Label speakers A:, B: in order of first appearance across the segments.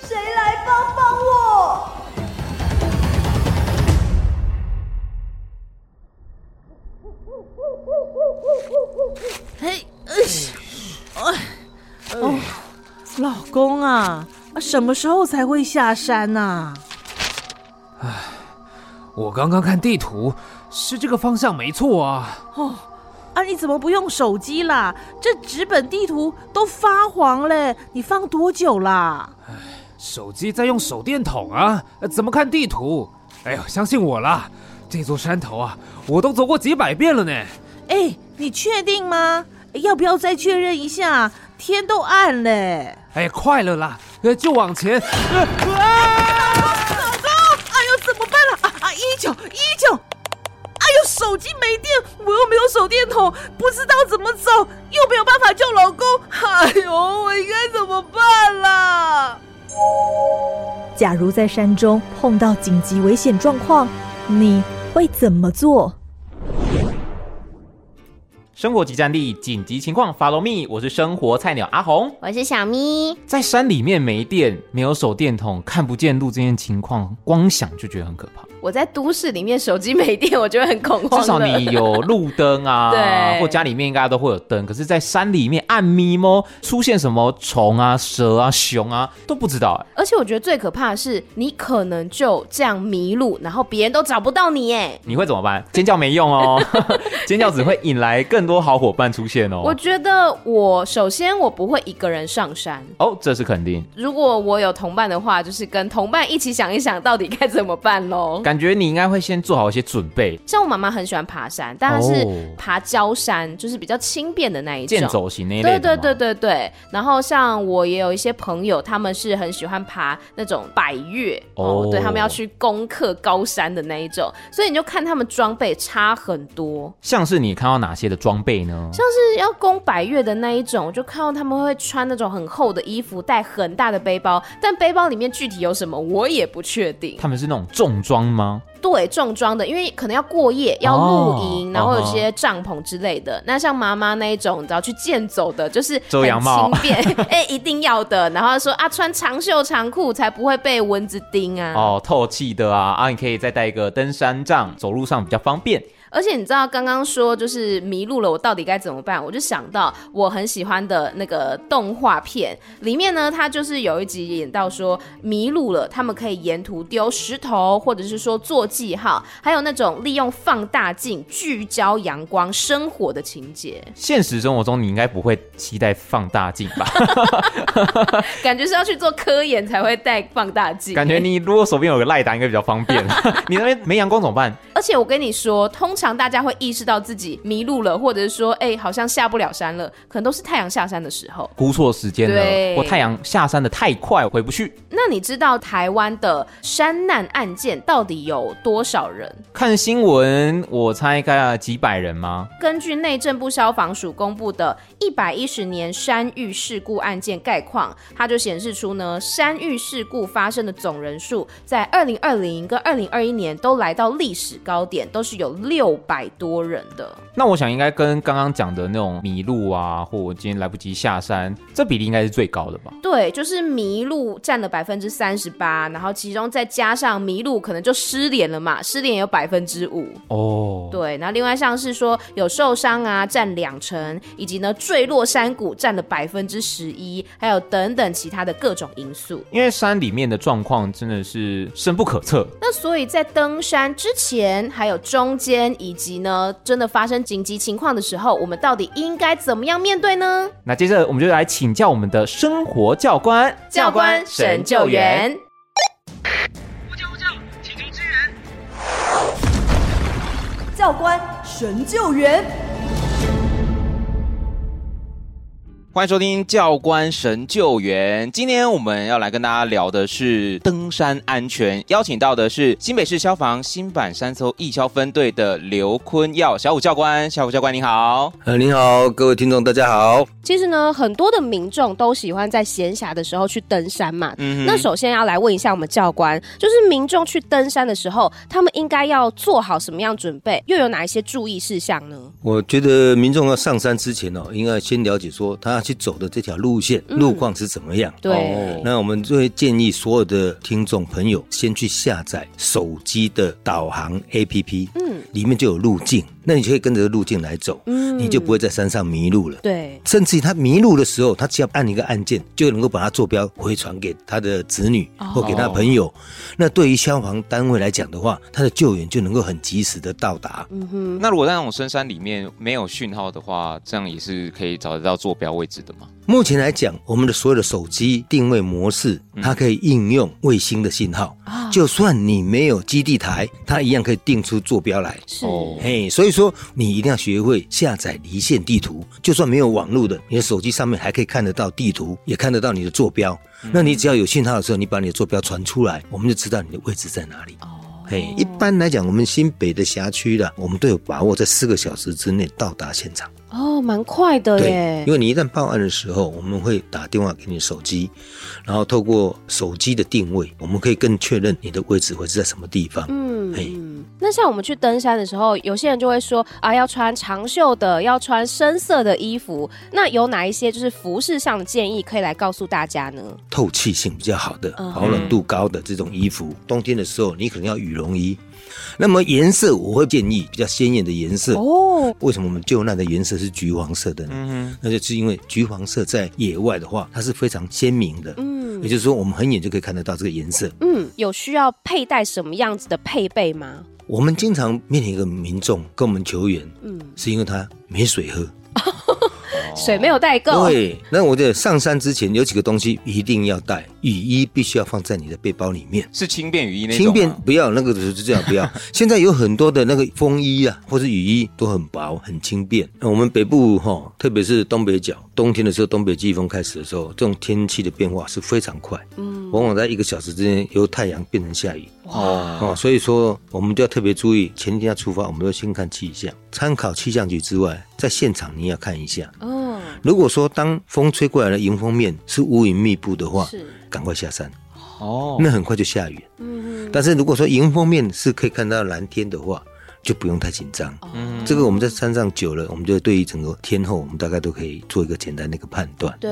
A: 谁来帮帮我？
B: 嘿，哎哦，老公啊，啊什么时候才会下山啊呐、
C: 我刚刚看地图，是这个方向没错啊。
B: 哦，啊，你怎么不用手机啦？这纸本地图都发黄嘞，你放多久啦？
C: 手机在用手电筒啊，呃怎么看地图？哎呦，相信我啦，这座山头啊，我都走过几百遍了呢。
B: 哎，你确定吗？要不要再确认一下？天都暗嘞。
C: 哎，快了啦，呃，就往前。呃
B: 糟糕！哎呦，怎么办了？啊啊，一九一九！哎呦，手机没电，我又没有手电筒，不知道怎么走，又没有办法救老公。哎呦，我应该怎么办啦？
A: 假如在山中碰到紧急危险状况，你会怎么做？
D: 生活即战力，紧急情况 follow me，我是生活菜鸟阿红。
E: 我是小咪，
D: 在山里面没电，没有手电筒，看不见路这件情况，光想就觉得很可怕。
E: 我在都市里面手机没电，我就会很恐慌
D: 至少
E: 的
D: 你有路灯啊，
E: 对
D: 或家里面应该都会有灯。可是，在山里面暗咪摸，出现什么虫啊、蛇啊、熊啊都不知道、
E: 而且我觉得最可怕的是，你可能就这样迷路，然后别人都找不到你哎。
D: 你会怎么办？尖叫没用 哦，尖叫只会引来更多好伙伴出现
E: 我
D: 哦。
E: 觉得我首先我不会一个人上山，
D: 哦，这是肯定。
E: 如果我有同伴的话，就是跟同伴一起想一想到底该怎么办喽。
D: 感觉你应该会先做好一些准备，
E: 像我妈妈很喜欢爬山，但她是
D: 哦
E: 爬礁山，就是比较轻便的那一种。
D: 健走型那一类的
E: 对对对
D: 嘛，
E: 对对，然后像我也有一些朋友，他们是很喜欢爬那种百越哦
D: 哦
E: 对他们要去攻克高山的那一种，所以你就看他们装备差很多，
D: 像是你看到哪些的装备呢？
E: 像是要攻百越的那一种，我就看到他们会穿那种很厚的衣服，带很大的背包，但背包里面具体有什么我也不确定。
D: 他们是那种重装吗？
E: 对重装的，因为可能要过夜、要露营，
D: 哦
E: 然后有些帐篷之类的。那像妈妈那一种，你知道去健走的，就是
D: 遮阳帽
E: 很轻便， 哎、一定要的。然后说啊，穿长袖长裤才不会被蚊子叮啊。
D: 哦，透气的啊啊！你可以再带一个登山
E: 嗯
D: 杖，走路上比较方便。
E: 而且你知道刚刚说就是迷路了，我到底该怎么办？我就想到我很喜欢的那个动画片里面呢，它就是有一集演到说迷路了，他们可以沿途丢石头，或者是说做记号，还有那种利用放大镜聚焦阳光生火的情节，
D: 现实生活中，你应该不会期待放大镜 吧？
E: 感觉是要去做科研才会带放大 镜。
D: 感觉你如果手边有个赖达，应该比较方 便。你那边没阳光怎么办？
E: 而且我跟你说，通常大家会意识到自己迷路了，或者是说，哎、好像下不了山了，可能都是太阳下山的时候。
D: 估错时间
E: 对
D: 了，我太阳下山的太快，回不去。
E: 那你知道台湾的山难案件到底有多少人？
D: 看新闻，我猜大概几百人吗？
E: 根据内政部消防署公布的《一百一十年山域事故案件概况》，它就显示出呢，山域事故发生的总人数在二零二零跟二零二一年都来到历史高点，都是有六百多人的。
D: 那我想应该跟刚刚讲的那种迷路啊，或我今天来不及下山，这比例应该是最高的吧？
E: 对，就是迷路占了百分之三十八，然后其中再加上迷路可能就失联了嘛，失联有百分之五。
D: 哦，
E: 对，然后另外像是说有受伤啊，占两成，以及呢坠落山谷占了百分之十一，还有等等其他的各种因素。
D: 因为山里面的状况真的是深不可测。
E: 那所以在登山之前，还有中间，以及呢真的发生紧急情况的时候，我们到底应该怎么样面对呢？
D: 那接着我们就来请教我们的生活教官，
E: 教官神救援。
A: 教官神救援。
F: 欢迎收听《教官神救援》。今天我们要来跟大家聊的是登山安全，邀请到的是新北市消防新版山搜义消分队的刘坤耀小武教官。小武教官你好，
G: 呃，您好，各位听众，大家好。
H: 其实呢，很多的民众都喜欢在闲暇的时候去登山嘛。
F: 嗯哼
H: 那首先要来问一下我们教官，就是民众去登山的时候，他们应该要做好什么样准备，又有哪一些注意事项呢？
G: 我觉得民众要上山之前哦，应该先了解说他要去走的这条路线、
H: 嗯
G: 路况是怎么样。
H: 对，
F: 哦
G: 那我们就会建议所有的听众朋友先去下载手机的导航 APP，
H: 嗯
G: 里面就有路径，那你就可以跟着路径来走，
H: 嗯
G: 你就不会在山上迷路了。
H: 对，
G: 甚至于他迷路的时候，他只要按一个按键，就能够把它坐标回传给他的子女
H: 哦
G: 或给他朋友。那对于消防单位来讲的话，他的救援就能够很及时的到达。
H: 嗯哼，
F: 那如果在那种深山里面没有讯号的话，这样也是可以找得到坐标位置的吗？
G: 目前来讲，我们的所有的手机定位模式，它可以应用卫星的信号，就算你没有基地台，它一样可以定出坐标来。
H: 是，
G: 嘿，所以说你一定要学会下载离线地图，就算没有网络的，你的手机上面还可以看得到地图，也看得到你的坐标。那你只要有信号的时候，你把你的坐标传出来，我们就知道你的位置在哪里。嘿，一般来讲，我们新北的辖区啦，我们都有把握在四个小时之内到达现场。
H: 哦，蛮快的耶
G: 因。为你一旦报案的时候，我们会打电话给你的手机，然后透过手机的定位，我们可以更确认你的位置会是在什么地方。
H: 嗯
G: 嘿
H: 嗯，那像我们去登山的时候，有些人就会说啊，要穿长袖的，要穿深色的衣服。那有哪一些就是服饰上的建议可以来告诉大家呢？
G: 透气性比较好的、
H: 嗯
G: 保暖度高的这种衣服，冬天的时候你可能要羽绒衣。那么颜色，我会建议比较鲜艳的颜色。
H: 哦，
G: 为什么我们救难的颜色是橘黄色的呢？那就是因为橘黄色在野外的话，它是非常鲜明的，
H: 嗯
G: 也就是说我们很远就可以看得到这个颜色。
H: 嗯，有需要佩戴什么样子的配备吗？
G: 我们经常面临一个民众跟我们求援，
H: 嗯，
G: 是因为他没水喝。
H: 水没有带够。
G: 对，那我的上山之前有几个东西一定要带，雨衣必须要放在你的背包里面。
F: 是轻便雨衣那种吗啊
G: 轻便不要那个就是这样不要。现在有很多的那个风衣啊，或是雨衣都很薄很轻便。那我们北部哈、特别是东北角，冬天的时候，东北季风开始的时候，这种天气的变化是非常快，嗯，往往在一个小时之间由太阳变成下雨。
F: 哦，
G: 哦，所以说我们就要特别注意，前一天要出发，我们要先看气象，参考气象局之外，在现场你也要看一下。
H: 嗯，
G: 如果说当风吹过来的迎风面是乌云密布的话，
H: 是，
G: 赶快下山，
F: 哦，
G: 那很快就下雨了。
H: 嗯
G: 但是如果说迎风面是可以看到蓝天的话，就不用太紧张。
H: 哦
F: 嗯
G: 这个我们在山上久了，我们就对于整个天候，我们大概都可以做一个简单的一个判断。
H: 对，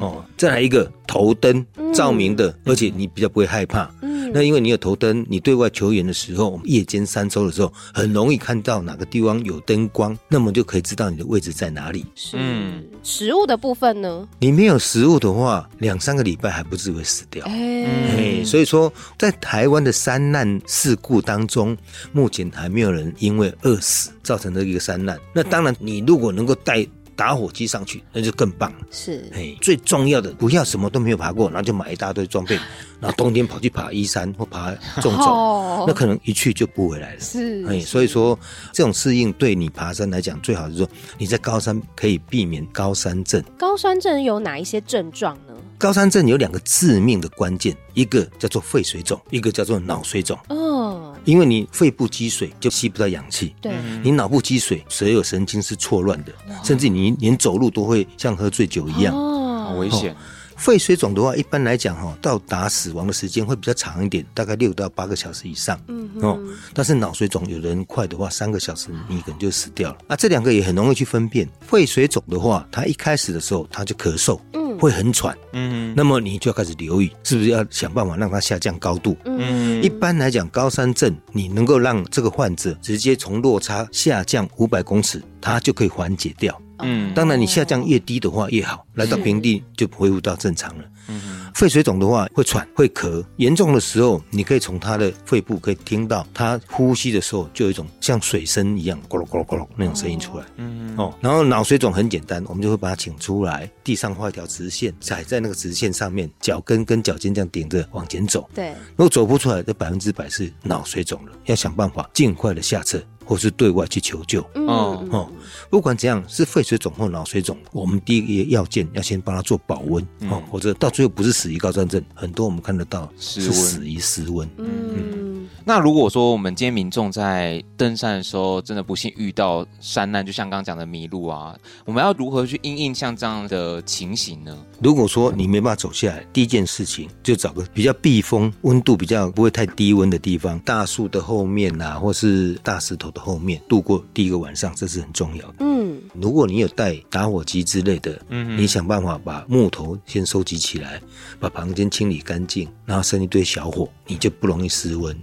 G: 哦，再来一个头灯照明的，而且你比较不会害怕。
H: 嗯
G: 那因为你有头灯，你对外求援的时候，我们夜间三搜的时候，很容易看到哪个地方有灯光，那么就可以知道你的位置在哪里。
H: 是。
F: 嗯
H: 食物的部分呢？
G: 你没有食物的话，两三个礼拜还不至于会死掉。
H: 哎，
G: 哎，所以说，在台湾的山难事故当中，目前还没有人因为饿死造成的一个山难。那当然，你如果能够带打火机上去，那就更棒了。
H: 是，
G: 哎，最重要的，不要什么都没有爬过，然后就买一大堆装 备，然后冬天跑去爬依山或爬纵走，
H: 哦
G: 那可能一去就不回来了。
H: 是
G: 哎，所以说这种适应对你爬山来讲，最好是说你在高山可以避免高山症。
H: 高山症有哪一些症状呢？
G: 高山症有两个致命的关键，一个叫做肺水肿，一个叫做脑水肿。
H: 嗯，
G: 因为你肺部积水就吸不到氧气，
H: 对，哦
G: 你脑部积水，所有神经是错乱的，甚至你连走路都会像喝醉酒一样。
F: 好
H: 哦，
F: 危险，
G: 肺水肿的话，一般来讲哈、到达死亡的时间会比较长一点，大概六到八个小时以上。
H: 嗯
G: 哦，但是脑水肿有的人快的话，三个小时你可能就死掉了。啊，这两个也很容易去分辨。肺水肿的话，它一开始的时候它就咳嗽，
H: 嗯
G: 会很喘，
F: 嗯
G: 那么你就要开始留意，是不是要想办法让它下降高度？
F: 嗯
G: 一般来讲，高山症你能够让这个患者直接从落差下降五百公尺，它就可以缓解掉。
F: 嗯
G: 当然，你下降越低的话越好，来到平地就恢复到正常了。
F: 嗯
G: 肺水肿的话会喘会咳，严重的时候你可以从他的肺部可以听到他呼吸的时候就有一种像水声一样咕噜咕噜咕噜那种声音出来。
F: 嗯
G: 哦，然后脑水肿很简单，我们就会把它请出来，地上画一条直线，踩在那个直线上面，脚跟跟脚尖这样顶着往前走。
H: 对，
G: 如果走不出来，这百分之百是脑水肿了，要想办法尽快的下车。或是对外去求救。
F: 哦
H: 嗯，
G: 哦，不管怎样，是肺水肿或脑水肿，我们第一个要件要先帮他做保温、
F: 嗯
G: 哦，否则到最后不是死于高山症，很多我们看得到
F: 失
G: 是
F: 温
G: 死于失温。
H: 嗯，
F: 那如果说我们今天民众在登山的时候，真的不幸遇到山难，就像刚刚讲的迷路啊，我们要如何去应应像这样的情形呢？
G: 如果说你没办法走下来，第一件事情就找个比较避风、温度比较不会太低温的地方，大树的后面啊，或是大石头的后面度过第一个晚上，这是很重要的。
H: 嗯，
G: 如果你有带打火机之类的，嗯，你想办法把木头先收集起来，把房间清理干净，然后生一堆小火，你就不容易失温。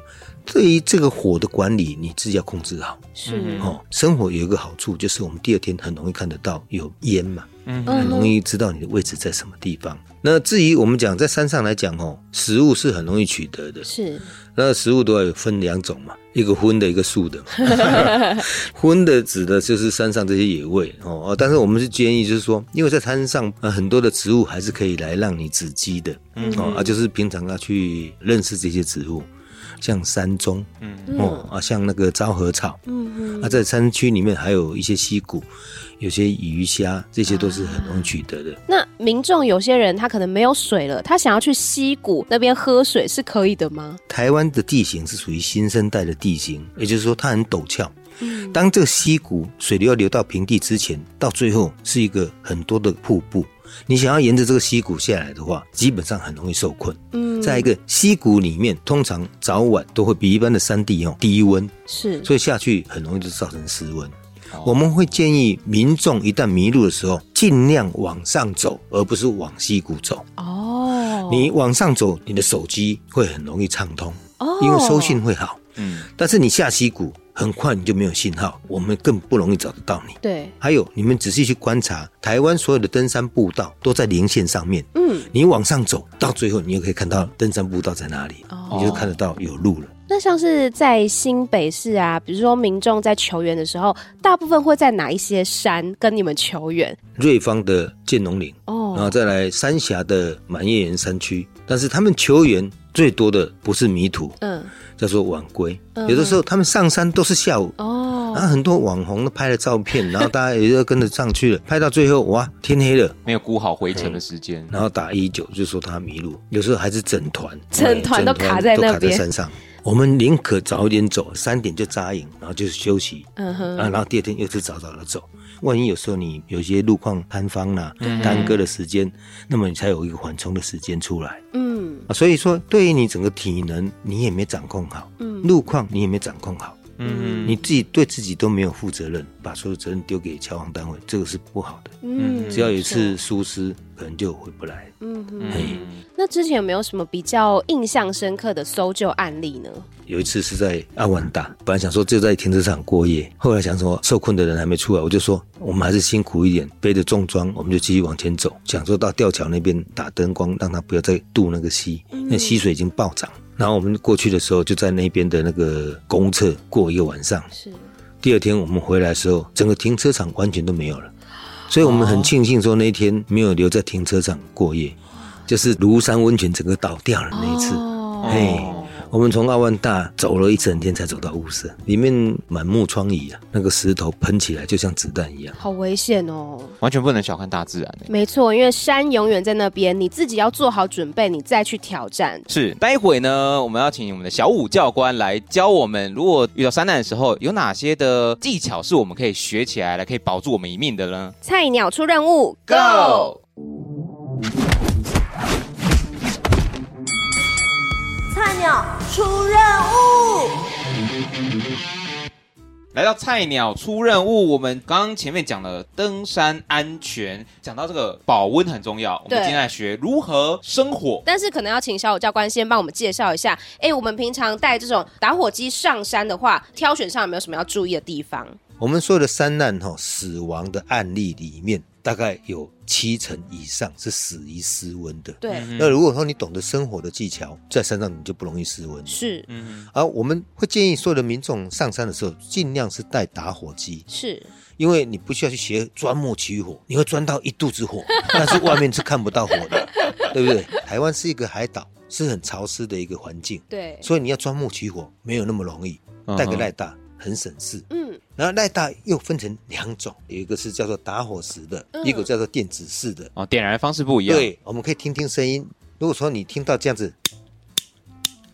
G: 对于这个火的管理，你自己要控制好
F: 嗯
H: 是，
G: 哦。生火有一个好处，就是我们第二天很容易看得到有烟嘛，很容易知道你的位置在什么地方。那至于我们讲在山上来讲哦，食物是很容易取得的，
H: 是，
G: 那食物都要有分两种嘛，一个荤的，一个素的。 荤的指的就是山上这些野味哦，但是我们是建议就是说，因为在山上、呃、很多的植物还是可以来让你止饥的，哦，啊，就是平常要去认识这些植物。像山棕，
H: 嗯
G: 哦啊，像那个昭和草，嗯啊，在山区里面还有一些溪谷，有些鱼虾，这些都是很容易取得的。
H: 那民众有些人他可能没有水了，他想要去溪谷那边喝水是可以的吗？
G: 台湾的地形是属于新生代的地形，也就是说它很陡峭。当这个溪谷水流要流到平地之前，到最后是一个很多的瀑布。你想要沿着这个溪谷下来的话，基本上很容易受困。嗯，再一个，溪谷里面通常早晚都会比一般的山地哦低温，
H: 是，
G: 所以下去很容易就造成失温。我们会建议民众一旦迷路的时候，尽量往上走，而不是往溪谷走。
H: 哦，
G: 你往上走，你的手机会很容易畅通，
H: 哦
G: 因为收信会好。
F: 嗯，
G: 但是你下溪谷，很快你就没有信号，我们更不容易找得到你。
H: 对，
G: 还有，你们仔细去观察，台湾所有的登山步道都在零线上面。
H: 嗯，
G: 你往上走到最后，你就可以看到登山步道在哪里，
H: 哦
G: 你就看得到有路了。
H: 那像是在新北市啊，比如说民众在求援的时候，大部分会在哪一些山跟你们求援？
G: 瑞芳的剑龙岭，然
H: 哦
G: 后，再来三峡的满叶园山区，但是他们求援最多的不是迷途，
H: 嗯，
G: 叫做晚归。有的时候他们上山都是下午然
H: 哦，
G: 啊后很多网红都拍了照片，然后大家也就跟着上去了， 拍到最后哇，天黑了，
F: 没有估好回程的时间，
G: 嗯然后打一九就说他迷路，有时候还是整团，
H: 整团都卡在那边
G: 整团都卡在山上。我们宁可早一点走，三点就扎营，然后就是休息，
H: 嗯哼，
G: 啊，然后第二天又是早早的走。万一有时候你有些路况摊方啦、
H: 嗯
G: 耽搁的时间，那么你才有一个缓冲的时间出来。
H: 嗯，
G: 啊，所以说对于你整个体能，你也没掌控好，嗯，路况你也没掌控好，嗯，你自己对自己都没有负责任，把所有责任丢给消防单位，这个是不好的。
H: 嗯
G: 只要有一次疏失，可能就回不来。嘿，
H: 那之前有没有什么比较印象深刻的搜救案例呢？
G: 有一次是在阿万达，本来想说就在停车场过夜，后来想说受困的人还没出来，我就说我们还是辛苦一点，背着重装，我们就继续往前走，想说到吊桥那边打灯光，让他不要再渡那个溪，那溪水已经暴涨。然后我们过去的时候，就在那边的那个公厕过一个晚上。
H: 是，
G: 第二天我们回来的时候，整个停车场完全都没有了，所以我们很庆幸说那一天没有留在停车场过夜，就是庐山温泉整个倒掉了那一次。
H: 哦，
G: 嘿，我们从奥万大走了一整天才走到乌舍，里面满目疮痍啊，那个石头喷起来就像子弹一样。
H: 好危险哦。
F: 完全不能小看大自然、欸。
H: 没错，因为山永远在那边，你自己要做好准备，你再去挑战。
F: 是，待会呢，我们要请我们的小武教官来教我们，如果遇到山难的时候，有哪些的技巧是我们可以学起来，来可以保住我们一命的呢
H: 菜鸟出任务
F: ？Go！
I: 菜鸟出任务。
F: 来到菜鸟出任务，我们刚刚前面讲了登山安全，讲到这个保温很重要，我们
H: 对
F: 今天来学如何生火。
H: 但是可能要请小武教官先帮我们介绍一下，哎，我们平常带这种打火机上山的话，挑选上有没有什么要注意的地方？
G: 我们所有的山难哈、死亡的案例里面，大概有七成以上是死于失温的。
H: 对，
F: 嗯
G: 那如果说你懂得生活的技巧，在山上你就不容易失温。
H: 是
F: 嗯
G: 而我们会建议所有的民众上山的时候，尽量是带打火机，
H: 是，
G: 因为你不需要去学钻木取火，你会钻到一肚子火，但是外面是看不到火的，对不对？台湾是一个海岛，是很潮湿的一个环境，
H: 对，
G: 所以你要钻木取火没有那么容易
F: 嗯哼。
G: 带个赖大，很省事。
E: 嗯，
G: 然后赖大又分成两种，有一个是叫做打火石的，一个叫做电子式的。
F: 哦，点燃的方式不一样。，
G: 对，我们可以听听声音。如果说你听到这样子，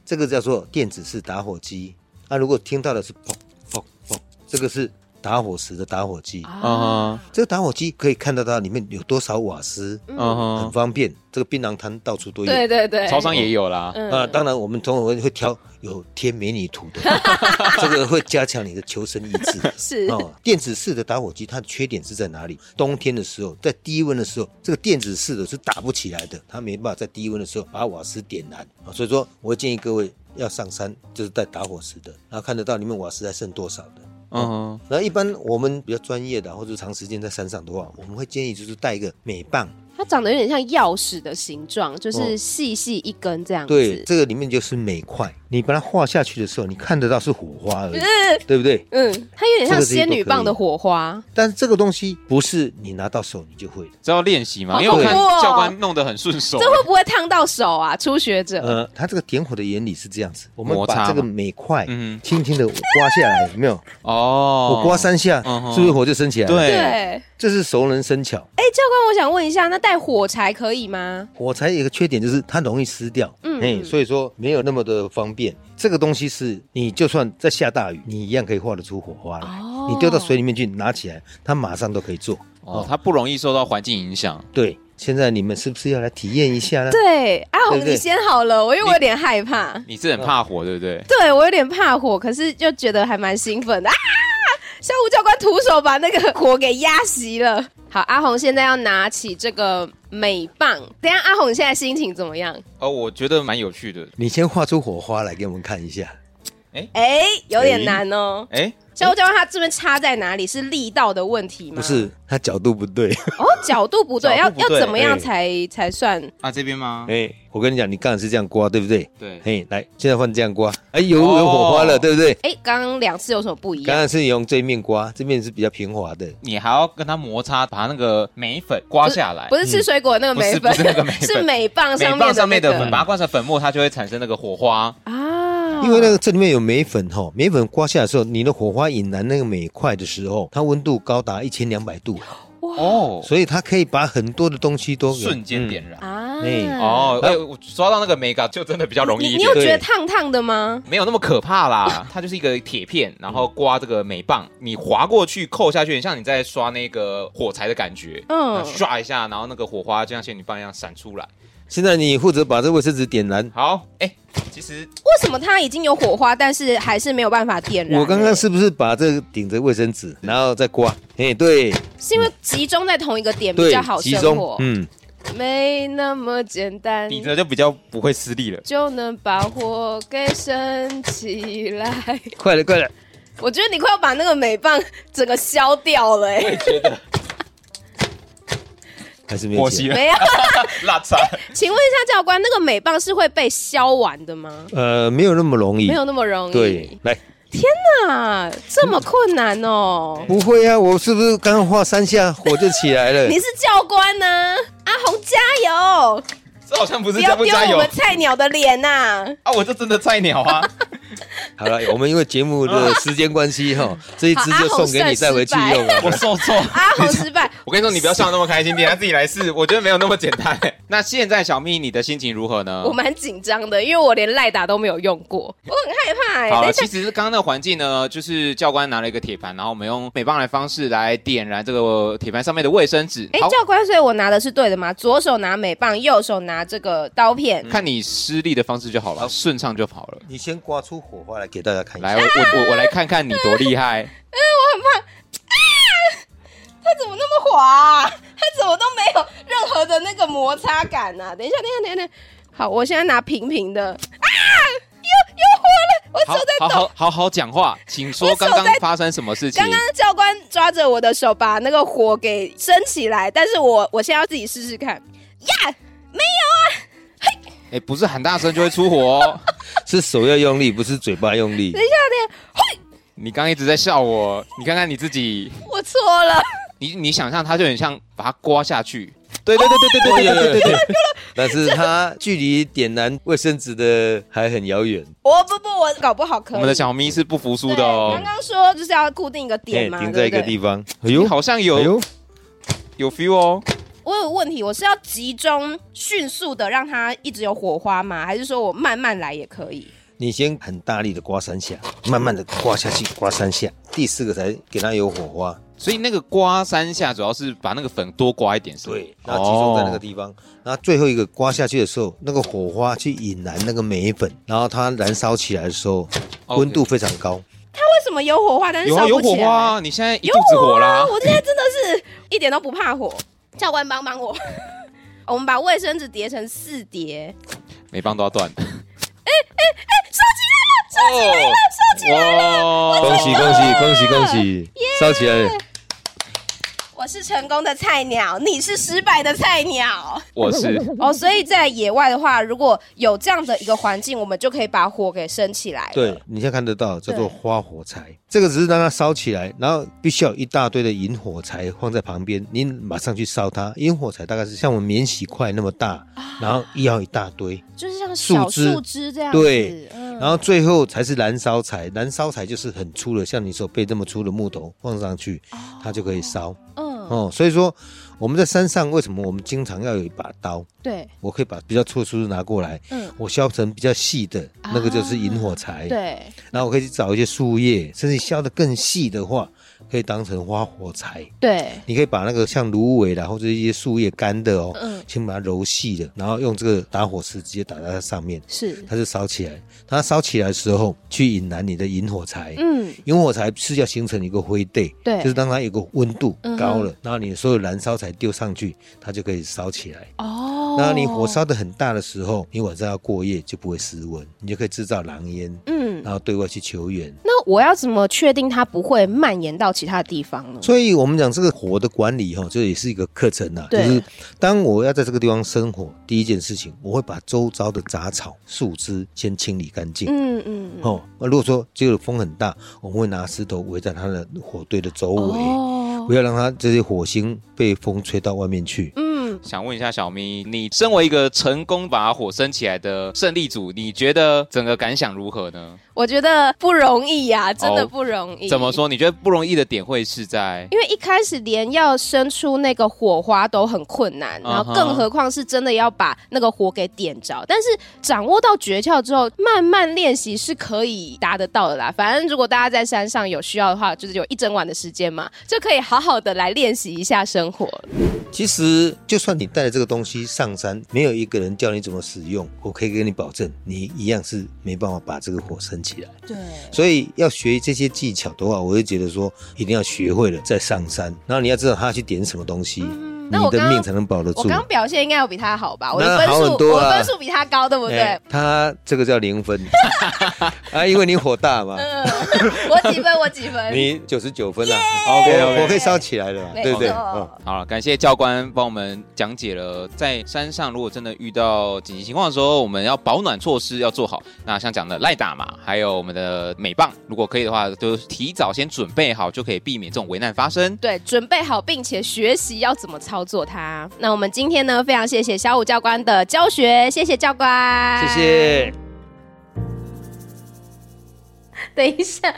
G: 这个叫做电子式打火机。那、如果听到的是砰砰砰，这个是打火石的打火机。
F: 嗯
G: 这个打火机可以看得到里面有多少瓦斯，
F: 哼，
G: 很
F: 嗯
G: 方便。这个槟榔摊到处都有。
E: 对对对嗯
F: 哼，，超商呃也有啦。
G: 啊，当然我们中文会挑有贴美女图的， 这个会加强你的求生意志。
E: 是
F: 嗯
G: 哦，电子式的打火机它的缺点是在哪里？冬天的时候，在低温的时候，这个电子式的是打不起来的，它没办法在低温的时候把瓦斯点燃啊、所以说，我会建议各位要上山就是带打火石的，然后看得到里面瓦斯还剩多少的。
F: 嗯哼，
G: 然后一般我们比较专业的或者长时间在山上的话，我们会建议就是带一个镁棒，
E: 它长得有点像钥匙的形
F: 嗯
E: 状，就是
G: 哦
E: 细细一根这样子。
G: 对，这个里面就是镁块，你把它画下去的时候，你看得到是火花而 已，对不对？
E: 嗯，它有点像
G: 这个是一个
E: 仙女棒
G: 可以
E: 的火花，
G: 但是这个东西不是你拿到手你就会的。
F: 这要练习嘛，
E: 好
F: 因为我看
E: 恐怖哦
F: 教官弄得很顺手
E: 这。会不会烫到手啊？初学者，
G: 呃，它这个点火的原理是这样子，我们
F: 摩擦
G: 把这个
F: 嘛
G: 镁块
F: 嗯
G: 轻轻的刮下来，有没有？
F: 哦，
G: 我刮三下
F: 嗯，哼
G: 是不是火就升起来？，
E: 对，
F: 对，
E: 哎、
G: 这是熟能生巧。
E: 教官，我想问一下，那带火柴可以吗？
G: 火柴有一个缺点就是它容易湿掉，
E: 嗯
G: 哎，所以说没有那么的方便。这个东西是你就算在下大雨，你一样可以画得出火花来。
E: 哦
G: 你丢到水里面去，拿起来，它马上都可以做。
F: 哦，它不容易受到环境影响。
G: 对，现在你们是不是要来体验一下呢？
E: 对，阿
G: 对
E: 红
G: 不对
E: 你先好了，我因为我有点害怕，
F: 你是很怕火，对不对？
E: 对我有点怕火，可是就觉得还蛮兴奋的啊！小吴教官徒手把那个火给压熄了。好，阿红现在要拿起这个美棒，等一下阿红你现在心情怎么样？
F: 哦，我觉得蛮有趣的。
G: 你先画出火花来给我们看一下。
E: 哎、有点
F: 哎
E: 难哦。
F: 哎，
E: 小吴教官他这边插在哪里？是力道的问题吗？
G: 不是，它角度不对。
E: 哦，角度不对，
F: 角度不
E: 要
F: 对
E: 要怎么样
G: 对
E: 才、才算？
F: 啊这边吗？
G: 哎、我跟你讲，你刚才是这样刮，对不对？
F: 对
G: 嘿，来，现在换这样刮，哎，有
F: 哦
G: 有火花了，对不对？
E: 哎、刚刚两次有什么不一
G: 刚
E: 样？嗯
G: 才是用这面刮，这面是比较平滑的。
F: 你还要跟它摩擦，把那个眉粉刮下来嗯
E: 不。是吃水果那个
F: 不是
E: 美粉，
F: 不是那个美粉
E: 是美棒
F: 美
E: 上面的、那
F: 棒
E: 个、
F: 上面的粉，把它刮成粉末，它就会产生那个火花。
E: 啊，
G: 因为那个这里面有镁粉哈，镁粉刮下来的时候，你的火花引燃那个镁块的时候，它温度高达一千两百度，
F: 哦，
G: 所以它可以把很多的东西都给
F: 瞬间点燃。
E: 啊，
G: 哎
F: 哦，哎，我抓嗯到那个 mega 就真的比较容易
E: 你
F: 一
E: 你
F: 点
E: 有，觉得烫烫的吗？
F: 没有那么可怕啦。它就是一个铁片，然后刮这个镁棒，你划过去扣下去，很像你在刷那个火柴的感觉。
E: 嗯
F: 嗯，刷一下，然后那个火花就像仙女棒一样闪出来。
G: 现在你负责把这卫生纸点燃。
F: 好，哎，其实
E: 为什么它已经有火花，但是还是没有办法点燃？
G: 我刚刚是不是把这个顶着卫生纸，然后再刮？哎，对
E: 是因为集中在同一个点比
G: 对
E: 较好，
G: 集
E: 生
G: 中
E: 火，，
G: 嗯，
E: 没那么简单。
F: 你这就比较不会失利了。
E: 就能把火给升起来。
G: 快了快了，
E: 我觉得你快要把那个美棒整个消掉了、哎，
G: 还是没有
F: 火
G: 起
F: 熄
G: 来。
F: 了，
E: 没有。
F: 辣茶。
E: 请问一下教官，那个美棒是会被削完的吗？
G: 呃，没有那么容易，
E: 没有那么容易。
G: 对，来，
E: 啊，这么困难哦！
G: 不会啊，我是不是刚画三下火就起来了？
E: 你是教官呢、阿红加油！
F: 这好像不是
E: 不
F: 加
E: 要
F: 不
E: 丢
F: 加
E: 我
F: 油
E: 们菜鸟的脸呐、
F: 啊！我这真的菜 鸟啊！
G: 好了，我们因为节目的时间关系哈，这一支就送给你带回去用
F: 我
G: 了。
F: 受挫。
E: 阿红失败，
F: 我跟你说，你不要笑得那么开心，等一下自己来试。我觉得没有那么简单。 那现在小蜜，你的心情如何呢
E: 我？蛮紧张的，因为我连赖打都没有用过，我很害怕、哎
F: 好
E: 等
F: 了，
E: 一下
F: 其，实刚刚那个环境呢，就是教官拿了一个铁盘，然后我们用美棒来方式来点燃这个铁盘上面的卫生纸。
E: 哎、
F: 好，
E: 教官，所以我拿的是对的吗？左手拿美棒，右手拿这个刀片。
F: 看你施力的方式就好了，顺畅就好了。
G: 你先刮出火花来给大家看一
F: 来，
G: 下。
F: 我我我我来看看你多厉害。
E: 它怎么那么滑、啊？它怎么都没有任何的那个摩擦感啊！等一下，等一下，等一下，等一下。好，我现在拿平平的。啊！又又 火了！我
F: 好
E: 手在
F: 好
E: 抖。
F: 好好好讲 话，请说
E: 我手
F: 刚刚
E: 在
F: 发生什么事情
E: 刚？刚教官抓着我的手把那个火给升起来，但是我我现在要自己试试看。呀，
F: 哎，不是喊大声就会出火哦。
G: 是手要用力，不是嘴巴用力。
F: 你刚刚一直在笑我，你看看你自己，
E: 我错了。
F: 你你想象它就很像把它刮下去，对对对对对对对对对对，
G: 但是它距离点燃卫生纸的还很遥远。
H: 我不不，我搞不好可以。
F: 我们的小咪是不服输
H: 对
F: 的哦
H: 刚。刚说就是要固定一个点嘛，
G: 哎停在一个
H: 对
G: 地
H: 不对
G: 方。哎
F: 你好像有、
G: 哎呦，
F: 有 feel 哦，
H: 我有问题，我是要集中迅速的让它一直有火花吗？还是说我慢慢来也可以？
G: 你先很大力的刮三下，慢慢的刮下去，刮三下，第四个才给它有火花。
F: 所以那个刮三下主要是把那个粉多刮一点，是不是
G: 对，哦然后集中在那个地方，然后最后一个刮下去的时候，那个火花去引燃那个梅粉，然后它燃烧起来的时候，
F: 哦
G: 温度非常高。
H: 为什么有火花，但是
F: 有
H: 烧
F: 啊，有
H: 不
F: 火
H: 起来？
F: 花、啊，你现在一
H: 有啊
F: 肚子火啦。
H: 我现在真的是一点都不怕火。教官帮帮我， 我们把卫生纸叠成四叠，
F: 每棒都要断。哎哎哎，烧起来了！
D: 哦
F: 烧起来了！烧起来了！
J: 恭喜恭喜恭喜恭喜！烧起来了！
H: 我是成功的菜鸟，你是失败的菜鸟。
F: 我是
H: 哦，所以在野外的话，如果有这样的一个环境，我们就可以把火给升起来。
G: 对，你现在看得到，叫做花火柴。这个只是让它烧起来，然后必须要有一大堆的引火柴放在旁边，你马上去烧它。引火柴大概是像我们免洗筷那么大，然后要一大堆，
H: 就是像
G: 小树枝树
H: 枝这样
G: 子对，
H: 嗯
G: 然后最后才是燃烧柴。燃烧柴就是很粗的，像你手背这么粗的木头放上去，它就可以烧。
H: 哦嗯，
G: 哦，所以说我们在山上为什么我们经常要有一把刀？
H: 对
G: 我可以把比较粗的树枝拿过来，
H: 嗯啊
G: 我削成比较细的，那个就是引火柴。
H: 对，
G: 然后我可以去找一些树叶，甚至削得更细的话，可以当成花火柴。
H: 对，
G: 你可以把那个像芦苇啦，或者一些树叶干的哦，
H: 嗯
G: 先把它揉细了，然后用这个打火石直接打在它上面，
H: 是，
G: 它就烧起来。它烧起来的时候，去引燃你的引火柴。
H: 嗯，
G: 引火柴是要形成一个灰地，
H: 对
G: 就是当它有个温度
H: 嗯哼
G: 高了，然后你所有燃烧柴丢上去，它就可以烧起来。
H: 哦
G: 那你火，烧得很大的时候，你晚上要过夜就不会失温，你就可以制造狼烟，
H: 嗯，
G: 然后对外去求援。
H: 那我要怎么确定它不会蔓延到其他地方呢？
G: 所以我们讲这个火的管理哈，这也是一个课程呐、啊。就
H: 对
G: 是当我要在这个地方生火，第一件事情，我会把周遭的杂草、树枝先清理干净。
H: 嗯嗯，嗯
G: 哦，那如果说这个风很大，我们会拿石头围在它的火堆的周围，
H: 哦，
G: 不要让它这些火星被风吹到外面去。
H: 嗯，
F: 想问一下小咪，你身为一个成功把火升起来的胜利组，你觉得整个感想如何呢？
H: 我觉得不容易呀、真
G: 哦
H: 的不容易。
F: 怎么？说？你觉得不容易的点会 是在？
H: 因为一开始连要生出那个火花都很困难，
F: 嗯哼
H: 然后更何况是真的要把那个火给点着。但是掌握到诀窍之后，慢慢练习是可以达得到的啦。反正如果大家在山上有需要的话，就是有一整晚的时间嘛， 就可以好好的来练习一下生火。
G: 其实，就算你带着这个东西上山，没有一个人教你怎么使用，我可以跟你保证，你一样是没办法把这个火升起来。
B: 对，
G: 所以要学这些技巧的话，我会觉得说一定要学会了再上山，然后你要知道他去点什么东西，
H: 嗯那
G: 你
H: 我
G: 的
H: 刚
G: 命才能保得
H: 我
G: 住。
H: 刚表现应该有比他好吧？我
G: 那
H: 的分
G: 好
H: 数，
G: 很多
H: 我
G: 啊
H: 的分数比他高，对不对？
G: 哎他这个叫 零分啊，因为你火大嘛，
H: 嗯， 我几分？我几分？
G: 你九十九分啦、
F: OK，OK
G: 我我可以烧起来了啦，
H: 没
G: 对不对？
H: 错
G: 嗯
F: 好了，感谢教官帮我们讲解了在山上如果真的遇到紧急情况的时候，我们要保暖措施要做好。那像讲的赖打嘛，还有我们的美棒，如果可以的话，都提早先准备好，就可以避免这种危难发生。
H: 对，准备好并且学习要怎么操作它。那我们今天呢，非常谢谢小五教官的教学，谢谢教官，
F: 谢。谢。
H: 等一下，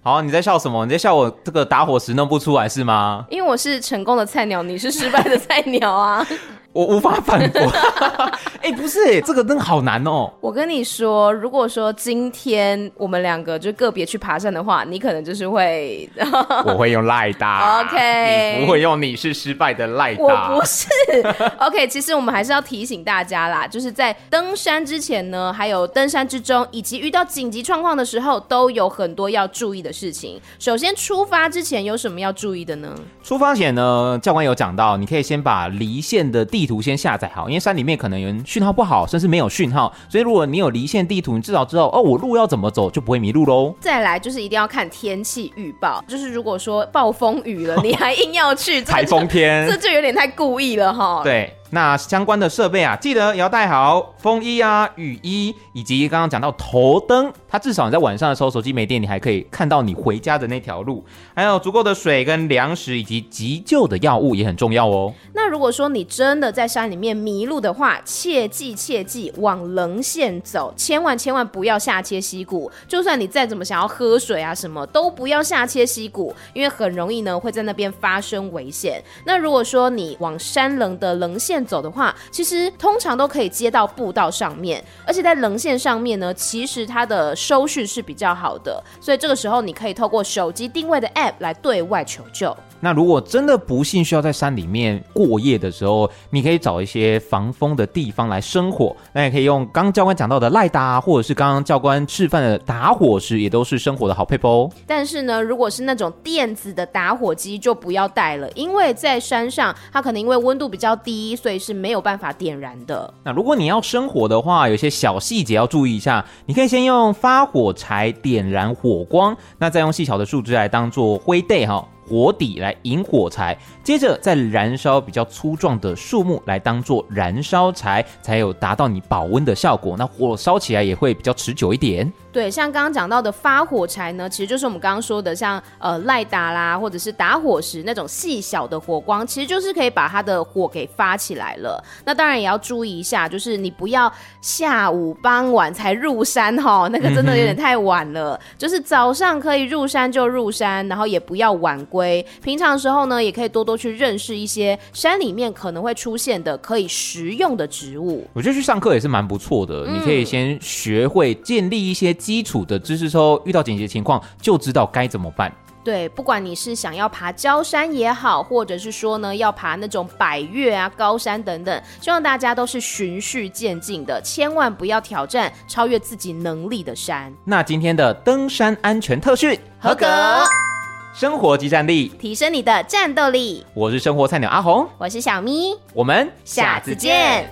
D: 好，你在笑什么？你在笑我这个打火石弄不出来是吗？
E: 因为我是成功的菜鸟，你是失败的菜鸟 啊！
D: 我无法反驳。 哎、不是、这个灯好难哦。
E: 我跟你说，如果说今天我们两个就个别去爬山的话，你可能就是会
D: 我会用赖打
E: OK
D: 你不会用你是失败的赖
E: 我
D: 打
E: 不。是 OK，其实我们还是要提醒大家啦，就是在登山之前呢，还有登山之中，以及遇到紧急状况的时候，都有很多要注意的事情。首先，出发之前有什么要注意的呢？
D: 出发前呢，教官有讲到，你可以先把离线的地图先下载好，因为山里面可能有人讯号不好，甚至没有讯号，所以如果你有离线地图，你至少知道哦，我路要怎么走，就不会迷路喽。
E: 再来就是一定要看天气预报，就是如果说暴风雨了，你还硬要去，这个就
D: 台风天
E: 这就有点太故意了哈。。
D: 对，那相关的设备啊，记得也要带好风衣啊、雨衣，以及刚刚讲到头灯，它至少你在晚上的时候手机没电，你还可以看到你回家的那条路。还有足够的水跟粮食，以及急救的药物也很重要哦。
E: 那如果说你真的在山里面迷路的话，切记切记往棱线走，千万千万不要下切溪谷。就算你再怎么想要喝水啊什么，都不要下切溪谷，因为很容易呢会在那边发生危险。那如果说你往山棱的棱线走的话，其实通常都可以接到步道上面，而且在棱线上面呢，其实它的收讯是比较好的，所以这个时候你可以透过手机定位的 App 来对外求救。
D: 那如果真的不幸需要在山里面过夜的时候，你可以找一些防风的地方来生火。那也可以用刚刚教官讲到的赖达，或者是刚刚教官示范的打火石，也都是生火的好配方哦。
E: 但是呢，如果是那种电子的打火机，就不要带了，因为在山上它可能因为温度比较低，所以是没有办法点燃的。
D: 那如果你要生火的话，有些小细节要注意一下。你可以先用发火柴点燃火光，那再用细小的树枝来当做灰袋哈、火底来引火柴，接着再燃烧比较粗壮的树木来当做燃烧柴，才有达到你保温的效果。那火烧起来也会比较持久一点。
E: 对，像刚刚讲到的发火柴呢，其实就是我们刚刚说的像呃赖达啦，或者是打火石那种细小的火光，其实就是可以把它的火给发起来了。那当然也要注意一下，就是你不要下午傍晚才入山哈、那个真的有点太晚了。就是早上可以入山就入山，然后也不要晚归。平常时候呢，也可以多多去认识一些山里面可能会出现的可以食用的植物。
D: 我觉得去上课也是蛮不错的，你可以先学会建立一些基础的知识之后，遇到紧急情况就知道该怎么办。
E: 对，不管你是想要爬焦山也好，或者是说呢要爬那种百越啊、高山等等，希望大家都是循序渐进的，千万不要挑战超越自己能力的山。
D: 那今天的登山安全特训，
E: 合格，
D: 生活即战力，
E: 提升你的战斗力。
D: 我是生活菜鸟阿红，
E: 我是小咪，
D: 我们
E: 下次见。